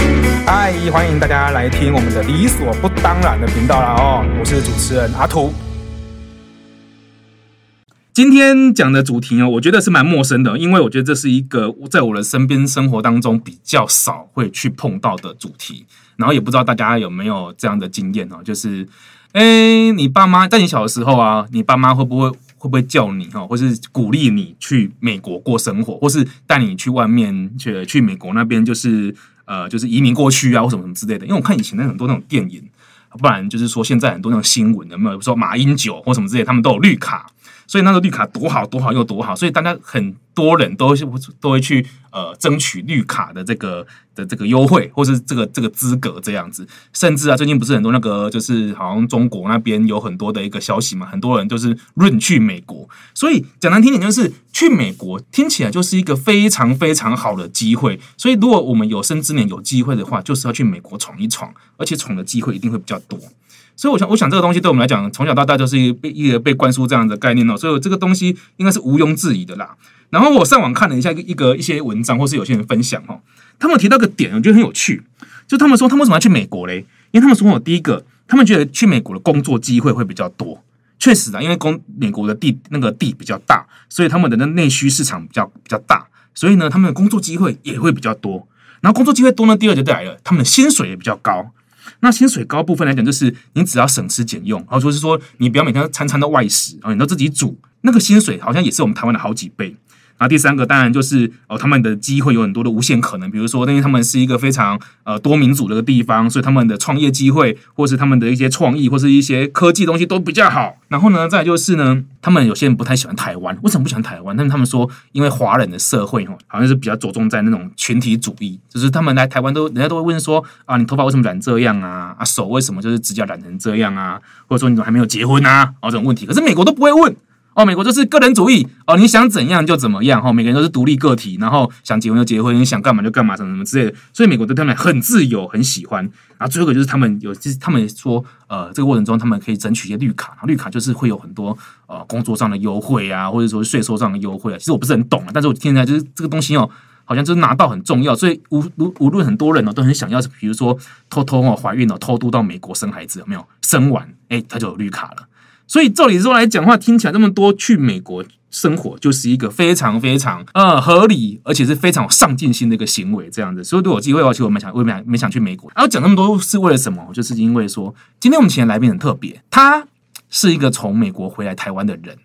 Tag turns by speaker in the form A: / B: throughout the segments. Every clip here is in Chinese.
A: 集，欢迎大家来听我们的理所不当然的频道啦哦，我是主持人阿图。今天讲的主题哦，我觉得是蛮陌生的，因为我觉得这是一个在我的身边生活当中比较少会去碰到的主题，然后也不知道大家有没有这样的经验哦，就是，哎，你爸妈在你小的时候啊，你爸妈会不会会不会叫你哦，或是鼓励你去美国过生活，或是带你去外面去去美国那边就是呃就是移民过去啊，或什么什么之类的，因为我看以前的很多那种电影，不然就是说现在很多那种新闻有没有说马英九或什么之类，他们都有绿卡。所以那个绿卡多好多好又多好，所以大家很多人都是都会去呃争取绿卡的这个的这个优惠，或是这个这个资格这样子。甚至啊，最近不是很多那个就是好像中国那边有很多的一个消息嘛，很多人就是润去美国。所以讲难听点，就是去美国听起来就是一个非常非常好的机会。所以如果我们有生之年有机会的话，就是要去美国闯一闯，而且闯的机会一定会比较多。所以我想，我想这个东西对我们来讲，从小到大就是一个被一直被灌输这样的概念哦，所以这个东西应该是毋庸置疑的啦。然后我上网看了一下一个一个一些文章，或是有些人分享哦，他们提到一个点，我觉得很有趣，就他们说他们为什么要去美国嘞？因为他们说，哦第一个，他们觉得去美国的工作机会会比较多。确实啊，因为工美国的地那个地比较大，所以他们的那内需市场比较比较大，所以呢，他们的工作机会也会比较多。然后工作机会多呢，第二就来了，他们的薪水也比较高。那薪水高部分来讲，就是你只要省吃俭用，然后就是说你不要每天餐餐都外食啊，你都自己煮，那个薪水好像也是我们台湾的好几倍。然后第三个当然就是哦，他们的机会有很多的无限可能，比如说因为他们是一个非常呃多民主的一个地方，所以他们的创业机会或是他们的一些创意或是一些科技东西都比较好。然后呢，再来就是呢，他们有些人不太喜欢台湾，为什么不喜欢台湾？但是他们说，因为华人的社会哦，好像是比较着重在那种群体主义，就是他们来台湾都人家都会问说啊，你头发为什么染这样啊？啊，手为什么就是指甲染成这样啊？或者说你怎么还没有结婚啊？哦，这种问题，可是美国都不会问。哦，美国就是个人主义哦，你想怎样就怎么样哦，每个人都是独立个体，然后想结婚就结婚，你想干嘛就干嘛，什么什么之类的。所以美国对他们很自由，很喜欢。然后最后一个就是他们有，就是他们说，呃，这个过程中他们可以争取一些绿卡，然后绿卡就是会有很多呃工作上的优惠啊，或者说税收上的优惠啊。其实我不是很懂啊，但是我听起来就是这个东西哦。好像就是拿到很重要，所以无无无论很多人哦都很想要，比如说偷偷哦怀孕哦偷渡到美国生孩子，有没有？生完哎他就有绿卡了。所以照理说来讲话，听起来这么多去美国生活就是一个非常非常呃合理，而且是非常有上进心的一个行为这样子。所以对我有机会的话，其实我蛮想，我也蛮蛮想去美国。然后讲那么多是为了什么？就是因为说，今天我们请的来宾很特别，她是一个从美国回来台湾的人。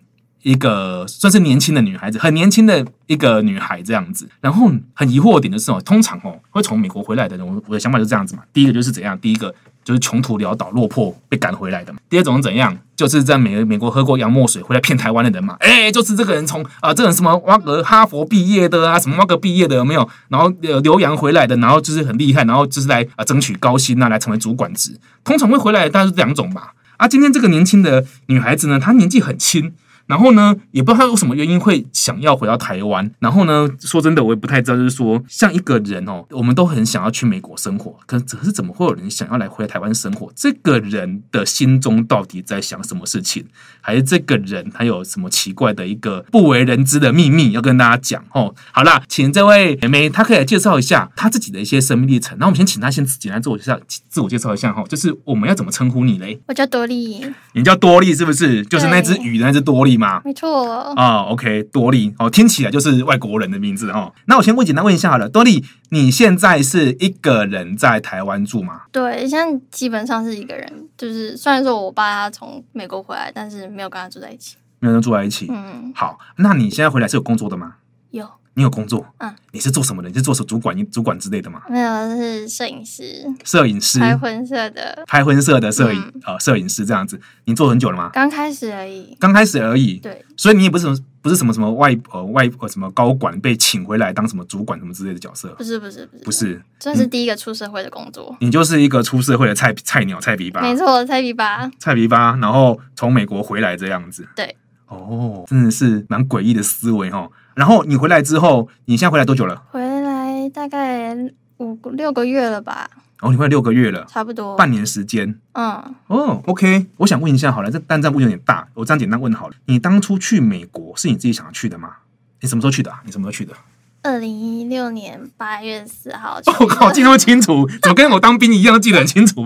A: 一个算是年轻的女孩子，很年轻的一个女孩这样子。然后很疑惑的点就是哦，通常哦会从美国回来的人，我我的想法就是这样子嘛。第一个就是怎样，第一个就是穷途潦倒、落魄被赶回来的嘛。第二种是怎样，就是在美美国喝过洋墨水回来骗台湾的人嘛。哎，就是这个人从啊、这个人什么挖格哈佛毕业的啊，什么挖格毕业的有没有？然后呃留洋回来的，然后就是很厉害，然后就是来啊、争取高薪啊，来成为主管职。通常会回来的大概是两种吧。啊，今天这个年轻的女孩子呢，她年纪很轻，然后呢，也不知道她有什么原因会想要回到台湾。然后呢，说真的，我也不太知道，就是说，像一个人哦，我们都很想要去美国生活，可可是怎么会有人想要来回台湾生活？这个人的心中到底在想什么事情？还是这个人他有什么奇怪的一个不为人知的秘密要跟大家讲哦？好啦，请这位妹妹她可以来介绍一下她自己的一些生命历程。那我们先请她先简单自我介绍，自我介绍一下哈、哦，就是我们要怎么称呼你嘞？
B: 我叫多莉，
A: 你叫多利是不是？就是那只鱼的那只多利嘛。
B: 没错，
A: 啊、o k 多利哦，听起来就是外国人的名字哦。那我先问简单问一下好了，多利，你现在是一个人在台湾住吗？
B: 对，现在基本上是一个人，就是虽然说我爸他从美国回来，但是没有跟他住在一起。
A: 没有人住在一起。
B: 嗯，
A: 好，那你现在回来是有工作的吗？
B: 有
A: 你有工作？
B: 嗯，
A: 你是做什么的？你是做主管、主管之类的吗？
B: 没有是摄影师，
A: 摄影师，
B: 拍婚嗯摄的，
A: 拍婚摄的摄影、呃摄影师这样子，你做很久了吗？
B: 刚开始而已。
A: 刚开始而已，
B: 对，
A: 所以你也不是什么不是什么什么外呃外呃什么高管被请回来当什么主管什么之类的角色，
B: 不是不是不是，
A: 不，是，
B: 这是第一个出社会的工作。
A: 你就是一个出社会的菜菜鸟菜皮吧，
B: 没错，猜比吧，
A: 菜皮吧，然后从美国回来这样子。
B: 对，
A: 哦，真的是蛮诡异的思维哦。然后你回来之后，你现在回来多久了？
B: 回来大概五六个月了吧，
A: 哦，你回来六个月了，
B: 差不多。
A: 半年时间。
B: 嗯，
A: 哦，OK，我想问一下好了，这但这样问有点大，我这样简单问好了。你当初去美国是你自己想要去的吗？你什么时候去的、啊？你什么时候去的？
B: 二零一六年八月四号去
A: 哦，我靠，记那么清楚，怎么跟我当兵一样记得很清楚？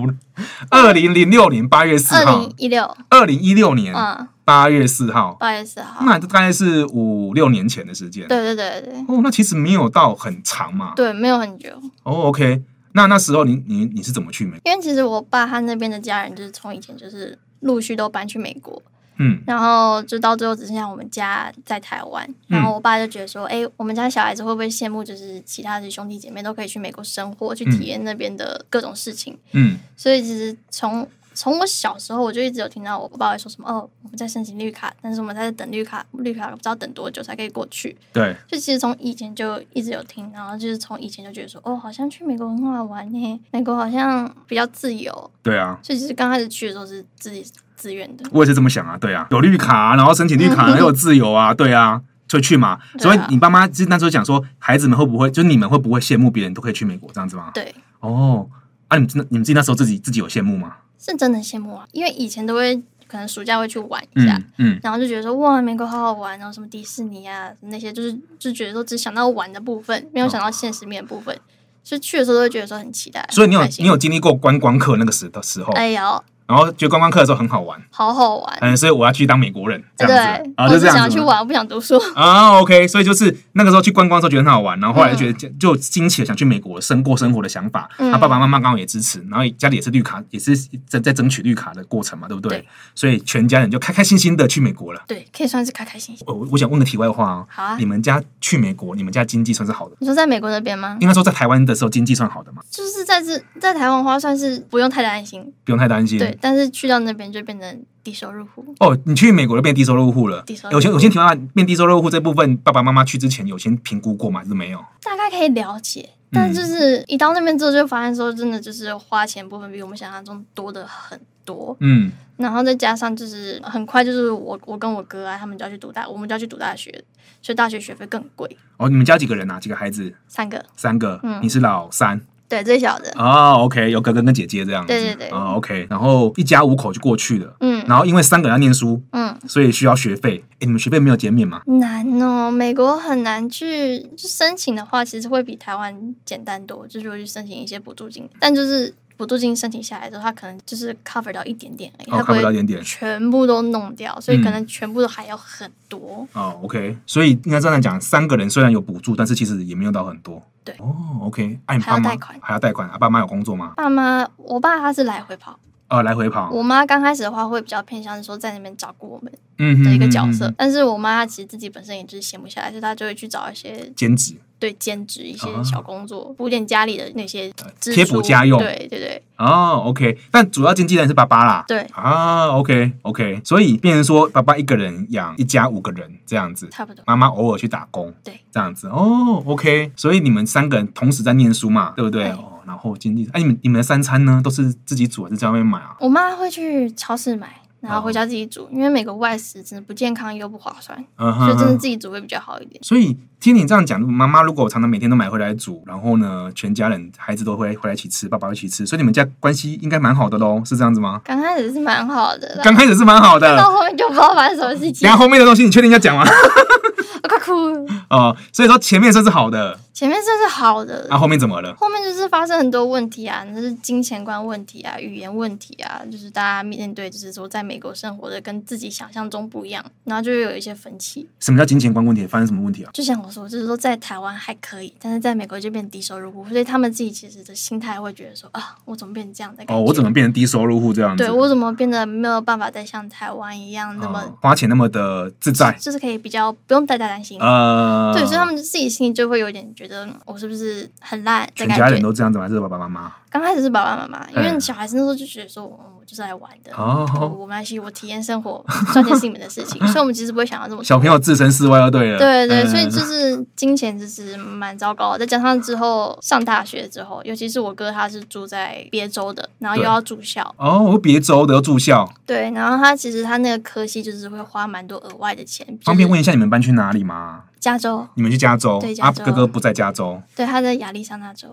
A: 二零零六年八月四
B: 二
A: 号
B: 零，一六，
A: 二零一六年
B: 嗯，
A: 八月四号，
B: 八月四号，
A: 那大概是五六年前的时间。
B: 对对对对
A: 哦，那其实没有到很长嘛。
B: 对，没有很久，
A: 哦，OK，那那时候你你你是怎么去美？
B: 因为其实我爸他那边的家人就是从以前就是陆续都搬去美国，
A: 嗯
B: 然后就到最后只剩下我们家在台湾，然后我爸就觉得说，哎、我们家小孩子会不会羡慕，就是其他的兄弟姐妹都可以去美国生活，去体验那边的各种事情。
A: 嗯，
B: 所以其实从从我小时候，我就一直有听到我爸会说什么，哦，我们在申请绿卡，但是我们在等绿卡，绿卡不知道等多久才可以过去。
A: 对，
B: 就其实从以前就一直有听，然后就是从以前就觉得说，哦，好像去美国很好玩呢，美国好像比较自由。
A: 对啊。
B: 所以其实刚开始去的时候是自己自愿的，
A: 我也是这么想啊，对啊，有绿卡、然后申请绿卡，
B: 嗯
A: 又有自由啊，对啊，就去嘛。
B: 对啊
A: 所以你爸妈是那时候讲说，孩子们会不会，就是你们会不会羡慕别人都可以去美国这样子吗？
B: 对。
A: 哦，啊，你们自你们自己那时候自己自己有羡慕吗？
B: 是真的羡慕啊，因为以前都会可能暑假会去玩一下，
A: 嗯嗯，
B: 然后就觉得说哇，美国好好玩，然后什么迪士尼啊那些，就是就觉得说只想到玩的部分，没有想到现实面的部分，所以去的时候都会觉得说很期待。
A: 哦所以你有
B: 很开心
A: 你有经历过观光客那个时的时候，
B: 哎呀，
A: 然后觉得观光客的时候很好玩，
B: 好好玩，
A: 嗯，所以我要去当美国人这样子
B: 对，
A: 啊，
B: 我
A: 就
B: 只
A: 这
B: 想
A: 样
B: 要
A: 子
B: 去
A: 嘛。
B: 玩，我不想读书。
A: 啊，OK，所以就是那个时候去观光的时候觉得很好玩，然后后来就觉得就兴起了想去美国生过生活的想法，啊
B: 嗯
A: 他爸爸妈妈刚好也支持，然后家里也是绿卡，也是在在争取绿卡的过程嘛，对不对？
B: 对
A: 所以全家人就开开心心的去美国了。
B: 对，可以算是开开心心。
A: 我我我想问个题外话哦，
B: 好啊
A: 你，们家去美国，你们家经济算是好的？
B: 你说在美国那边吗？
A: 应该说在台湾的时候经济算好的嘛，
B: 就是在这在台湾的话，算是不用太担心，
A: 不用太担心。
B: 对，但是去到那边就变成低收入户。
A: 哦，你去美国就变低收入户了
B: 低收。入户
A: 有些有些情况下变低收入户这部分，爸爸妈妈去之前有先评估过吗？还是没有？
B: 大概可以了解，但就是一到那边之后，就发现说真的就是花钱部分比我们想象中多的很多，
A: 嗯，
B: 然后再加上就是很快就是我我跟我哥啊，他们就要去读大，我们就要去读大学，所以大学学费更贵，
A: 哦，你们家几个人啊？几个孩子？
B: 三个，
A: 三个，
B: 嗯
A: 你是老三。
B: 对，最小的，
A: 哦，OK，有哥哥跟姐姐这样子，
B: 对对对
A: 哦，OK，然后一家五口就过去了，
B: 嗯
A: 然后因为三个人要念书，
B: 嗯。
A: 所以需要学费。哎，你们学费没有减免吗？
B: 难哦，美国很难去就申请的话，其实会比台湾简单多。就是我去申请一些补助金，但就是补助金申请下来之后，它可能就是 cover 到一点点而已，
A: 哦
B: 它不
A: ，cover 到一点点
B: 会全部都弄掉，所以可
A: 嗯
B: 能全部都还要很多。
A: 哦，OK，所以应该这样讲，三个人虽然有补助，但是其实也没有到很多。
B: 对
A: 哦，OK，哎，你
B: 还要
A: 爸妈
B: 贷款
A: 还要贷款，啊，爸妈有工作吗？
B: 爸妈，我爸他是来回跑，
A: 呃，来回跑，
B: 我妈刚开始的话会比较偏向是说在那边照顾我们
A: 嗯
B: 的一个
A: 哼
B: 角
A: 嗯
B: 色，
A: 哼
B: 但是我妈她其实自己本身也就是闲不下来，所以她就会去找一些
A: 兼职
B: 对兼职一些
A: 啊
B: 小工作，补点家里的那些支
A: 贴
B: 出
A: 补家用
B: 对对对
A: 哦，OK，但主要经纪人是爸爸啦。
B: 对，
A: 啊，OK OK，所以变成说爸爸一个人养一家五个人这样子，
B: 差不多。
A: 妈妈偶尔去打工，
B: 对，
A: 这样子哦，OK。所以你们三个人同时在念书嘛，对不对？
B: 对
A: 哦，然后经济，哎，你们你们的三餐呢都是自己煮还是在外面买啊？
B: 我妈会去超市买，然后
A: 哦
B: 回家自己煮，因为美国外食真的不健康又不划算，
A: 嗯
B: 所以真的
A: 哼。
B: 自己煮会比较好一点。
A: 所以听你这样讲，妈妈如果常常每天都买回来煮，然后呢，全家人孩子都会回来一起吃，爸爸会一起吃，所以你们家关系应该蛮好的喽，是这样子吗？
B: 刚开始是蛮好的啦，
A: 刚开始是蛮好的，
B: 到后面就不知道发生什么事情
A: 等一下，后面的东西你确定要讲吗？
B: 我快哭了。
A: 哦，所以说前面算是好的，
B: 前面算是好的，
A: 啊，后面怎么了？
B: 后面就是发生很多问题啊，就是金钱观问题啊、语言问题啊，就是大家面对就是说在美国生活的跟自己想象中不一样，然后就会有一些分歧。
A: 什么叫金钱观问题？发生什么问题啊？
B: 就像我说，就是说在台湾还可以，但是在美国就变低收入户，所以他们自己其实的心态会觉得说啊，我怎么变成这样的感觉？
A: 哦，我怎么变成低收入户这样子？
B: 对我怎么变得没有办法再像台湾一样那么、
A: 哦花钱那么的自在？
B: 就是可以比较不用太大担心。
A: 呃，
B: 对，所以他们自己心里就会有点觉得嗯我是不是很烂的
A: 全
B: 感
A: 家人
B: 觉。
A: 都这样子吗？还是爸爸妈妈？
B: 刚开始是爸爸妈妈，因
A: 哎
B: 为小孩子那时候就觉得说，嗯我就是来玩的，
A: 哦
B: 我我没关系，我体验生活，赚钱是你们的事情，所以我们其实不会想要这么多
A: 哦小朋友置身事外就对了。
B: 对对，
A: 嗯
B: 所以就是金钱就是蛮糟糕的，再加上之后上大学之后，尤其是我哥他是住在别州的，然后又
A: 对
B: 要住校，
A: 哦，我别州的要住校，
B: 对，然后他其实他那个科系就是会花蛮多额外的钱，就是
A: 方便问一下你们搬去哪里吗？
B: 加州，
A: 你们去加州
B: 对，加
A: 啊，
B: 州
A: 哥哥不在加州。
B: 对，他在亚利桑那州，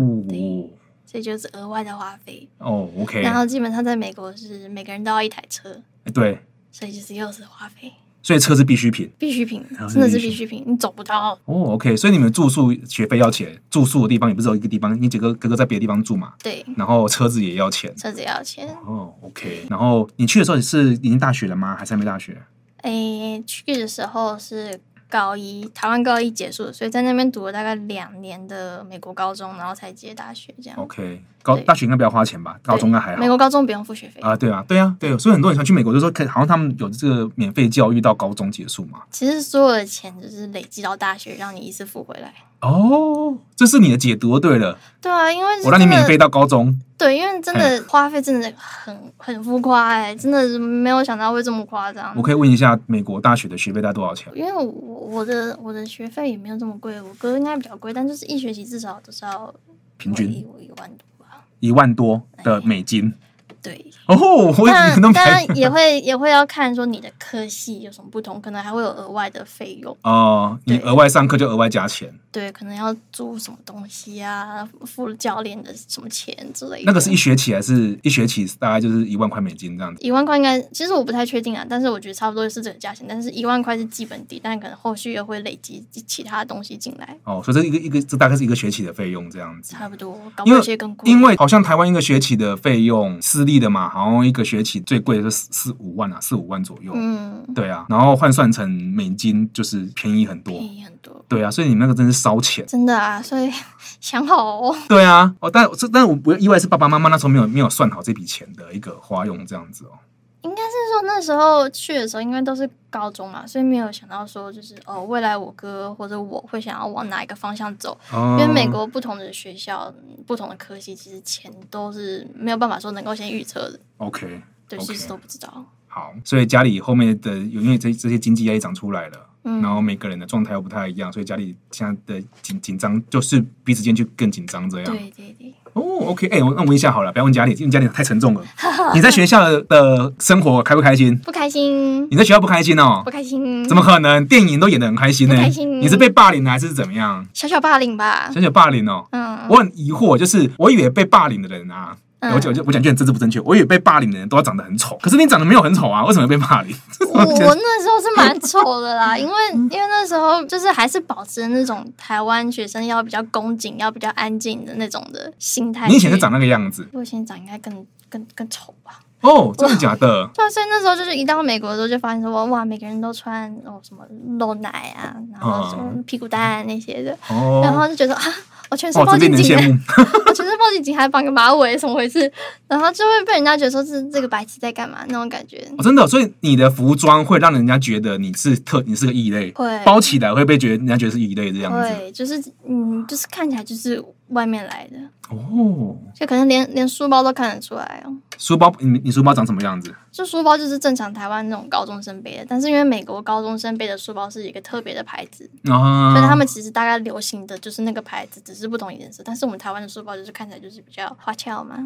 A: 哦
B: 所以就是额外的花费。
A: 哦，OK，哎
B: 然后基本上在美国是每个人都要一台车，
A: 对，
B: 所以就是又是花费。
A: 所以车是必需品。
B: 必需品
A: 啊，
B: 真的是
A: 必需
B: 必需品，你走不到。
A: 哦，OK，所以你们住宿学费要钱，住宿的地方也不是有一个地方，你几个哥哥在别的地方住嘛，
B: 对，
A: 然后车子也要钱。
B: 车子也要钱。
A: 哦，OK，然后你去的时候你是已经大学了吗？还是还没大
B: 嗯
A: 学？
B: 诶，去的时候是高一，台湾高一结束的，所以在那边读了大概两年的美国高中，然后才接大学这样。
A: OK，高
B: 对
A: 大学应该不要花钱吧？哦高中应该还
B: 美
A: 好
B: 国高中不用付学费，
A: 啊，对啊，对啊，对，所以很多人想去美国，就说可以好像他们有这个免费教育到高中结束嘛。
B: 其实所有的钱就是累积到大学，让你一次付回来。
A: 哦，这是你的解读，对了，
B: 对啊，因为是
A: 我让你
B: 真的
A: 免费哎到高中，
B: 对，因为真的花费真的很很浮夸哎、真的是没有想到会这么夸张
A: 我。可以问一下美国大学的学费大概多少钱？
B: 因为我我的我的学费也没有这么贵，我哥应该比较贵，但就是一学期至少都是要
A: 平均
B: 我一我一万多吧。
A: 一万多的美金。
B: 对，
A: 哦，我以为
B: 但
A: 哎那么
B: 当
A: 便宜
B: 然也会也会要看说你的科系有什么不同，可能还会有额外的费用。
A: 哦，你
B: 对
A: 额外上课就额外加钱，
B: 对，可能要租什么东西啊，付教练的什么钱之类的。
A: 那个是一学期还是一学期大概就是一万块美金这样子？
B: 一万块应该，其实我不太确定啊，但是我觉得差不多是这个价钱。但是一万块是基本底，但可能后续又会累积其他东西进来，
A: 哦，所以这一个一个这大概是一个学期的费用这样子。
B: 差不多，搞不
A: 因
B: 好
A: 为
B: 有些更贵。
A: 因为好像台湾一个学期的费用，私立的嘛，好像一个学期最贵的是四四五万啊，四五万左右。
B: 嗯，
A: 对啊，然后换算成美金就是便宜很多
B: 便。宜很多，
A: 对啊，所以你们那个真是烧钱。
B: 真的啊，所以 想好哦。
A: 对啊，哦，但这但我不意外是爸爸妈妈那时候没有没有算好这笔钱的一个花用这样子哦。
B: 应该是说那时候去的时候，因为都是高中嘛，所以没有想到说就是哦，未来我哥或者我会想要往哪一个方向走。
A: 哦
B: 因为美国不同的学校、嗯不同的科系，其实钱都是没有办法说能够先预测的，
A: 哦 OK
B: 对，
A: OK
B: 其实都不知道。
A: 好，所以家里后面的有因为这这些经济压力长出来了。
B: 嗯
A: 然后每个人的状态又不太一样，所以家里现在的紧紧张就是彼此间就更紧张这样。
B: 对啊对对。
A: 哦，OK，哎、我那我问一下好了，不要问家里，因为家里太沉 重了。你在学校的生活开不开心？
B: 不开心，
A: 你在学校不开心哦
B: 不？开心，
A: 怎么可能？电影都演得很开心呢、
B: 不开心
A: 你是被霸凌了还是怎么样？
B: 小小霸凌吧？
A: 小小霸凌哦。
B: 嗯，
A: 我很疑惑，就是我以为被霸凌的人啊，
B: 嗯
A: 我讲我讲我讲句很政治不正确，我以为被霸凌的人都要长得很丑，可是你长得没有很丑啊，为什么会被霸凌？
B: 我我那时候是蛮丑的 啦，因为因为那时候就是还是保持那种台湾学生要比较恭谨、要比较安静的那种的心态去。
A: 你以前是长那个样子
B: 我以前长应该更更更丑吧？
A: 哦，真的假的？
B: 对啊，所以那时候就是一到美国的时候，就发现说哇，每个人都穿哦什么露奶啊，然后什么屁股蛋那些的，然
A: 哦，
B: 后就觉得啊，我全身
A: 哦，
B: 包
A: 这
B: 紧
A: 令人
B: 紧的
A: 羡。慕。
B: 我全身包紧紧，还绑个马尾，怎么回事？然后就会被人家觉得说是这个白痴在干嘛那种感觉。
A: 哦真的，所以你的服装会让人家觉得你是特，你是个异类，
B: 会
A: 包起来会被觉得人家觉得是异类这样子。
B: 会，就是嗯，就是看起来就是外面来的，
A: 哦，
B: 就可能连连书包都看得出来哦。
A: 书包，你你书包长什么样子？
B: 就书包就是正常台湾那种高中生背的，但是因为美国高中生背的书包是一个特别的牌子，
A: 啊，
B: 所以他们其实大概流行的就是那个牌子，只是不同颜色。但是我们台湾的书包就是看起来就是比较花俏嘛，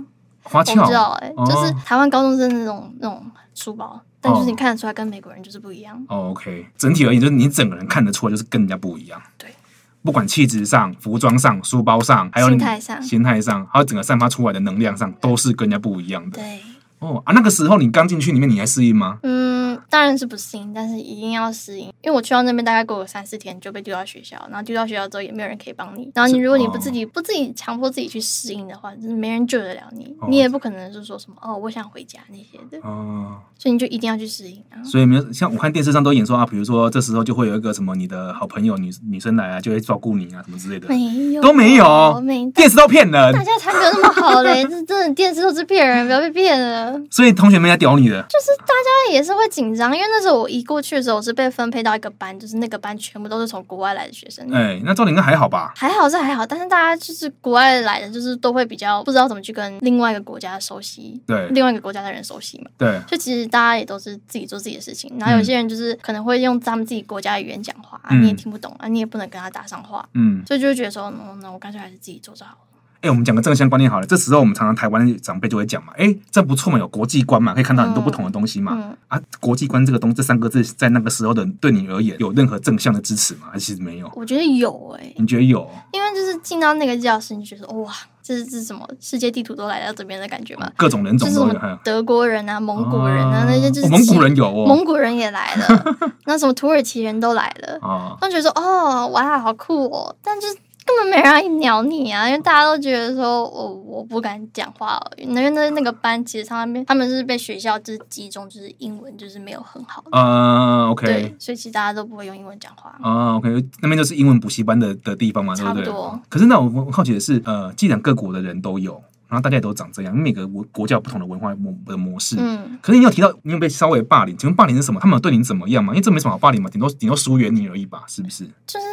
A: 花
B: 我不知
A: 俏
B: 道哎、
A: 哦
B: 就是台湾高中生的那种那种书包，但就是
A: 哦
B: 你看得出来跟美国人就是不一样。
A: 哦，OK，整体而言，就是你整个人看得出来，就是跟人家不一样。
B: 对，
A: 不管气质上、服装上、书包上，还有
B: 心
A: 你
B: 态上
A: 心态上，还有整个散发出来的能量上，都是跟人家不一样的。
B: 对，
A: 哦啊，那个时候你刚进去里面，你还适应吗？
B: 嗯，当然是不适应，但是一定要适应，因为我去到那边大概过了三四天就被丢到学校，然后丢到学校之后也没有人可以帮你，然后你
A: 是
B: 如果你不
A: 哦
B: 自己、不自己强迫自己去适应的话，就是没人救得了你，
A: 哦
B: 你也不可能是说什么哦我想回家那些的，
A: 哦，
B: 所以你就一定要去适应啊。
A: 所以没有像我看电视上都演说啊，比如说这时候就会有一个什么你的好朋友女女生来啊，就会照顾你啊，什么之类的。
B: 没有，
A: 都没有
B: 哦没
A: 电视都骗
B: 大
A: 人，
B: 家才没有那么好嘞， 这真的电视都是骗人，不要被骗了。
A: 所以同学们在屌你的。
B: 那也是会紧张，因为那时候我一过去的时候，我是被分配到一个班，就是那个班全部都是从国外来的学生，
A: 哎，那照理应该还好吧？
B: 还好是还好，但是大家就是国外来的，就是都会比较不知道怎么去跟另外一个国家熟悉，
A: 对
B: 另外一个国家的人熟悉嘛。
A: 对，
B: 就其实大家也都是自己做自己的事情，然后有些人就是可能会用他们自己国家的语言讲话，啊
A: 嗯
B: 你也听不懂啊，你也不能跟他搭上话，
A: 嗯，
B: 所以就会觉得说，嗯，那我干脆还是自己做就好了。
A: 哎，我们讲个正向观念好了。这时候我们常常台湾长辈就会讲嘛，哎，这不错嘛，有国际观嘛，可以看到很多不同的东西嘛。
B: 嗯，
A: 啊，国际观这个东这三个字，在那个时候的对你而言有任何正向的支持吗？还是其实没有？
B: 我觉得有诶、欸
A: 你觉得有？
B: 因为就是进到那个教室，你就觉得哇，这是这是什么世界地图都来到这边的感觉嘛？
A: 各种人
B: 嗯就
A: 种
B: 是
A: 都
B: 什
A: 有，还
B: 么
A: 有
B: 德国人啊、蒙古人啊那些，就是
A: 哦蒙
B: 其
A: 古人有哦，
B: 蒙古人也来 了，那什么土耳其人都来了，
A: 啊，
B: 他们觉得说哦哇好酷哦，但就是根本没人要鸟你啊，因为大家都觉得说我我不敢讲话而已，因为那那个班其实他们他们是被学校就是集中，就是英文就是没有很好的，
A: 呃
B: 对
A: ，OK，，
B: 所以其实大家都不会用英文讲话。
A: 啊，OK，那边就是英文补习班的的地方嘛，对
B: 差
A: 不
B: 不
A: 对
B: 多？
A: 可是那我我好奇的是，呃，既然各国的人都有，然后大家也都长这样，因为每个国国家有不同的文化模的模式，
B: 嗯，
A: 可是你有提到你有被稍微霸凌，请问霸凌是什么？他们有对你怎么样吗？因为这没什么好霸凌嘛，顶多顶多疏远你而已吧，是不是？
B: 就是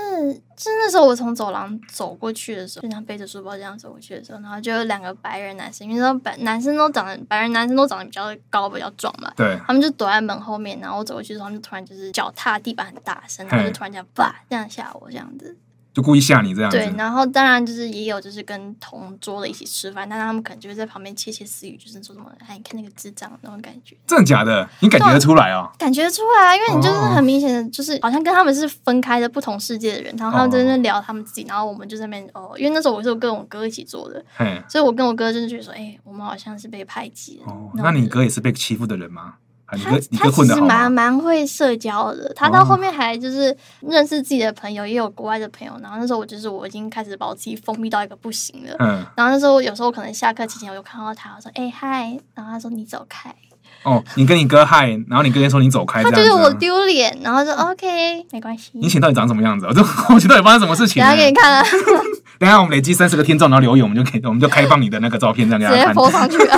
B: 就是那时候我从走廊走过去的时候，就像背着书包这样走过去的时候，然后就有两个白人男生，因为知道白男生都长得白人男生都长得比较高比较壮嘛，
A: 对，
B: 他们就躲在门后面，然后我走过去的时候，他们就突然就是脚踏地板很大声，然后就突然这样吧这样吓我这样子。
A: 就故意吓你这样子。
B: 对，然后当然就是也有就是跟同桌的一起吃饭，但是他们可能就会在旁边窃窃私语，就是说什么哎你看那个智障那种感觉。
A: 真的假的？你感觉得出来哦？
B: 感觉出来啊，因为你就是
A: 哦
B: 很明显的，就是好像跟他们是分开的不同世界的人，然后他们在那聊他们自己，然后我们就在那边哦，因为那时候我是跟我哥一起做的，
A: 嘿，
B: 所以我跟我哥就是觉得说，哎、我们好像是被排挤的。
A: 哦，
B: 然
A: 那
B: 后
A: 你
B: 就
A: 哥也是被欺负的人吗？啊，你
B: 他
A: 哥你
B: 他
A: 哥
B: 其
A: 混
B: 实
A: 得好
B: 蛮
A: 吗？
B: 蛮会社交的，他
A: 哦
B: 到后面还就是认识自己的朋友，也有国外的朋友。然后那时候我就是我已经开始把我自己封闭到一个不行了。
A: 嗯，
B: 然后那时候有时候可能下课期间我就看到他，我说：“哎、嗨！”然后他说：“你走开。
A: 哦，你跟你哥嗨，然后你跟他说你走”开，
B: 他
A: 这样
B: 觉
A: 子啊。
B: 得我丢脸，然后说：“OK，没关系。”
A: 你以前到底长什么样子啊？ 我就我觉得到底发生什么事情
B: 等
A: 啊？
B: 下给你看啊，直
A: 等一下我们累积三十个听众，然后留言，我们就可以，我们就开放你的那个照片，这样给 大
B: 接
A: 家看。
B: 泼上去 啊。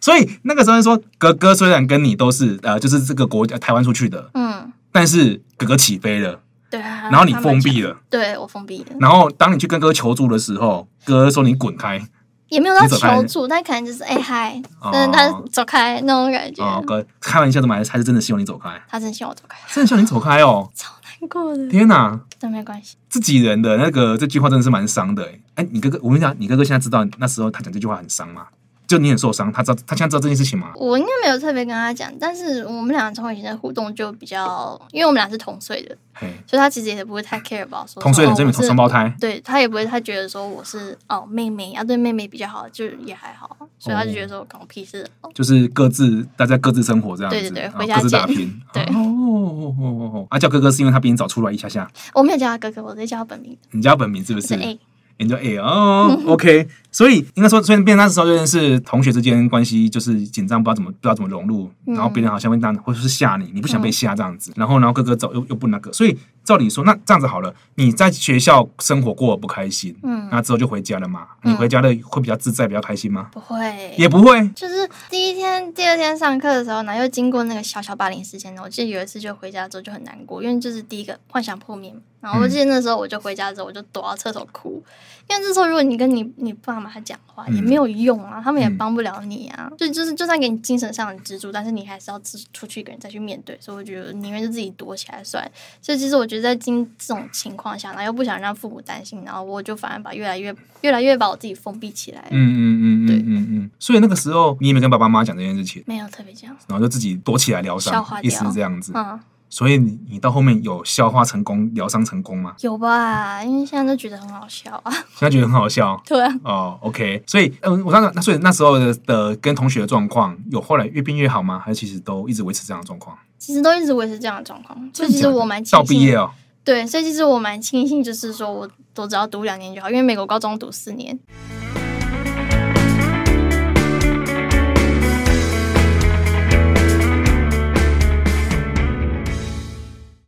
A: 所以那个时候说，哥哥虽然跟你都是呃，就是这个国家台湾出去的，
B: 嗯，
A: 但是哥哥起飞了，
B: 对啊。
A: 然后你封闭
B: 了，
A: 了，
B: 对我封闭了，
A: 然后当你去跟哥求助的时候，哥说你滚开，
B: 也没有到
A: 你走开
B: 求助，但可能就是哎嗨，
A: 哦
B: 但是他走开那种感觉，
A: 哦，哥开玩笑的嘛，还是还是真的希望你走开，
B: 他真希望我走开，
A: 真的希望你走开哦，
B: 超难过的，
A: 天哪！
B: 但没关系，
A: 自己人的那个这句话真的是蛮伤的哎、哎，你哥哥，我跟你讲，你哥哥现在知道那时候他讲这句话很伤吗？就你很受伤，他知道他现在知道这件事情吗？
B: 我应该没有特别跟他讲，但是我们俩从以前的互动就比较，因为我们俩是同岁的，
A: 嘿，
B: 所以他其实也不会太 care about 说
A: 同岁人
B: 哦
A: 这边
B: 我
A: 同
B: 是
A: 双胞胎，
B: 对他也不会太觉得说我是哦妹妹，要对妹妹比较好，就是也还好，所以他就觉得说关我屁事哦，
A: 就是各自大家各自生活这样子，
B: 对对对
A: 然后
B: 回家
A: 各自打
B: 见
A: 拼。
B: 对
A: 哦哦哦哦哦，啊叫哥哥是因为他比你早出来一下下，
B: 我没有叫他哥哥，我直接叫他本名，
A: 你叫他本名是不
B: 就是
A: 是？
B: 哎
A: 你就哎哦，OK，所以应该说，虽然变成那时候真的是同学之间关系就是紧张，不知道怎么不知道怎么融入，
B: 嗯
A: 然后别人好像会当或者是吓你，你不想被吓这样子，然后然后哥哥走又又不那个，所以照理说，那这样子好了，你在学校生活过得不开心，
B: 嗯
A: 那之后就回家了嘛，
B: 嗯
A: 你回家了会比较自在，比较开心吗？
B: 不会，
A: 也不会，
B: 就是第一天、第二天上课的时候，然后又经过那个小小霸凌事件，然后我记得有一次就回家之后就很难过，因为就是第一个幻想破灭嘛。然
A: 嗯
B: 后我记得那时候我就回家之后，我就躲到厕所哭，因为这时候如果你跟你你爸妈讲话
A: 嗯
B: 也没有用啊，他们也帮不了你啊。就就是就算给你精神上的支柱，但是你还是要自出去一个人再去面对，所以我觉得宁愿就自己躲起来算了。所以其实我觉得在经这种情况下，然后又不想让父母担心，然后我就反而把越来越越来越把我自己封闭起来了，
A: 嗯嗯嗯
B: 对
A: 嗯嗯嗯，所以那个时候你也没跟爸爸妈妈讲这件事情，
B: 没有特别这样，
A: 然后就自己躲起来疗
B: 消
A: 伤
B: 化，
A: 意
B: 掉
A: 思是这样子，
B: 嗯。
A: 所以你你到后面有消化成功，疗伤成功吗？
B: 有吧？因为现在都觉得很好笑啊。
A: 现在觉得很好笑。
B: 对啊，
A: 哦，OK，所以嗯，我刚刚那所以那时候的的跟同学的状况，有后来越变越好吗？还是其实都一直维持这样的状况？
B: 其实都一直维持这样的状况，所以
A: 真
B: 其
A: 的
B: 实
A: 假的
B: 我蛮庆
A: 到
B: 幸。
A: 毕业哦，
B: 对，所以其实我蛮庆幸，就是说我都只要读两年就好，因为美国高中读四年。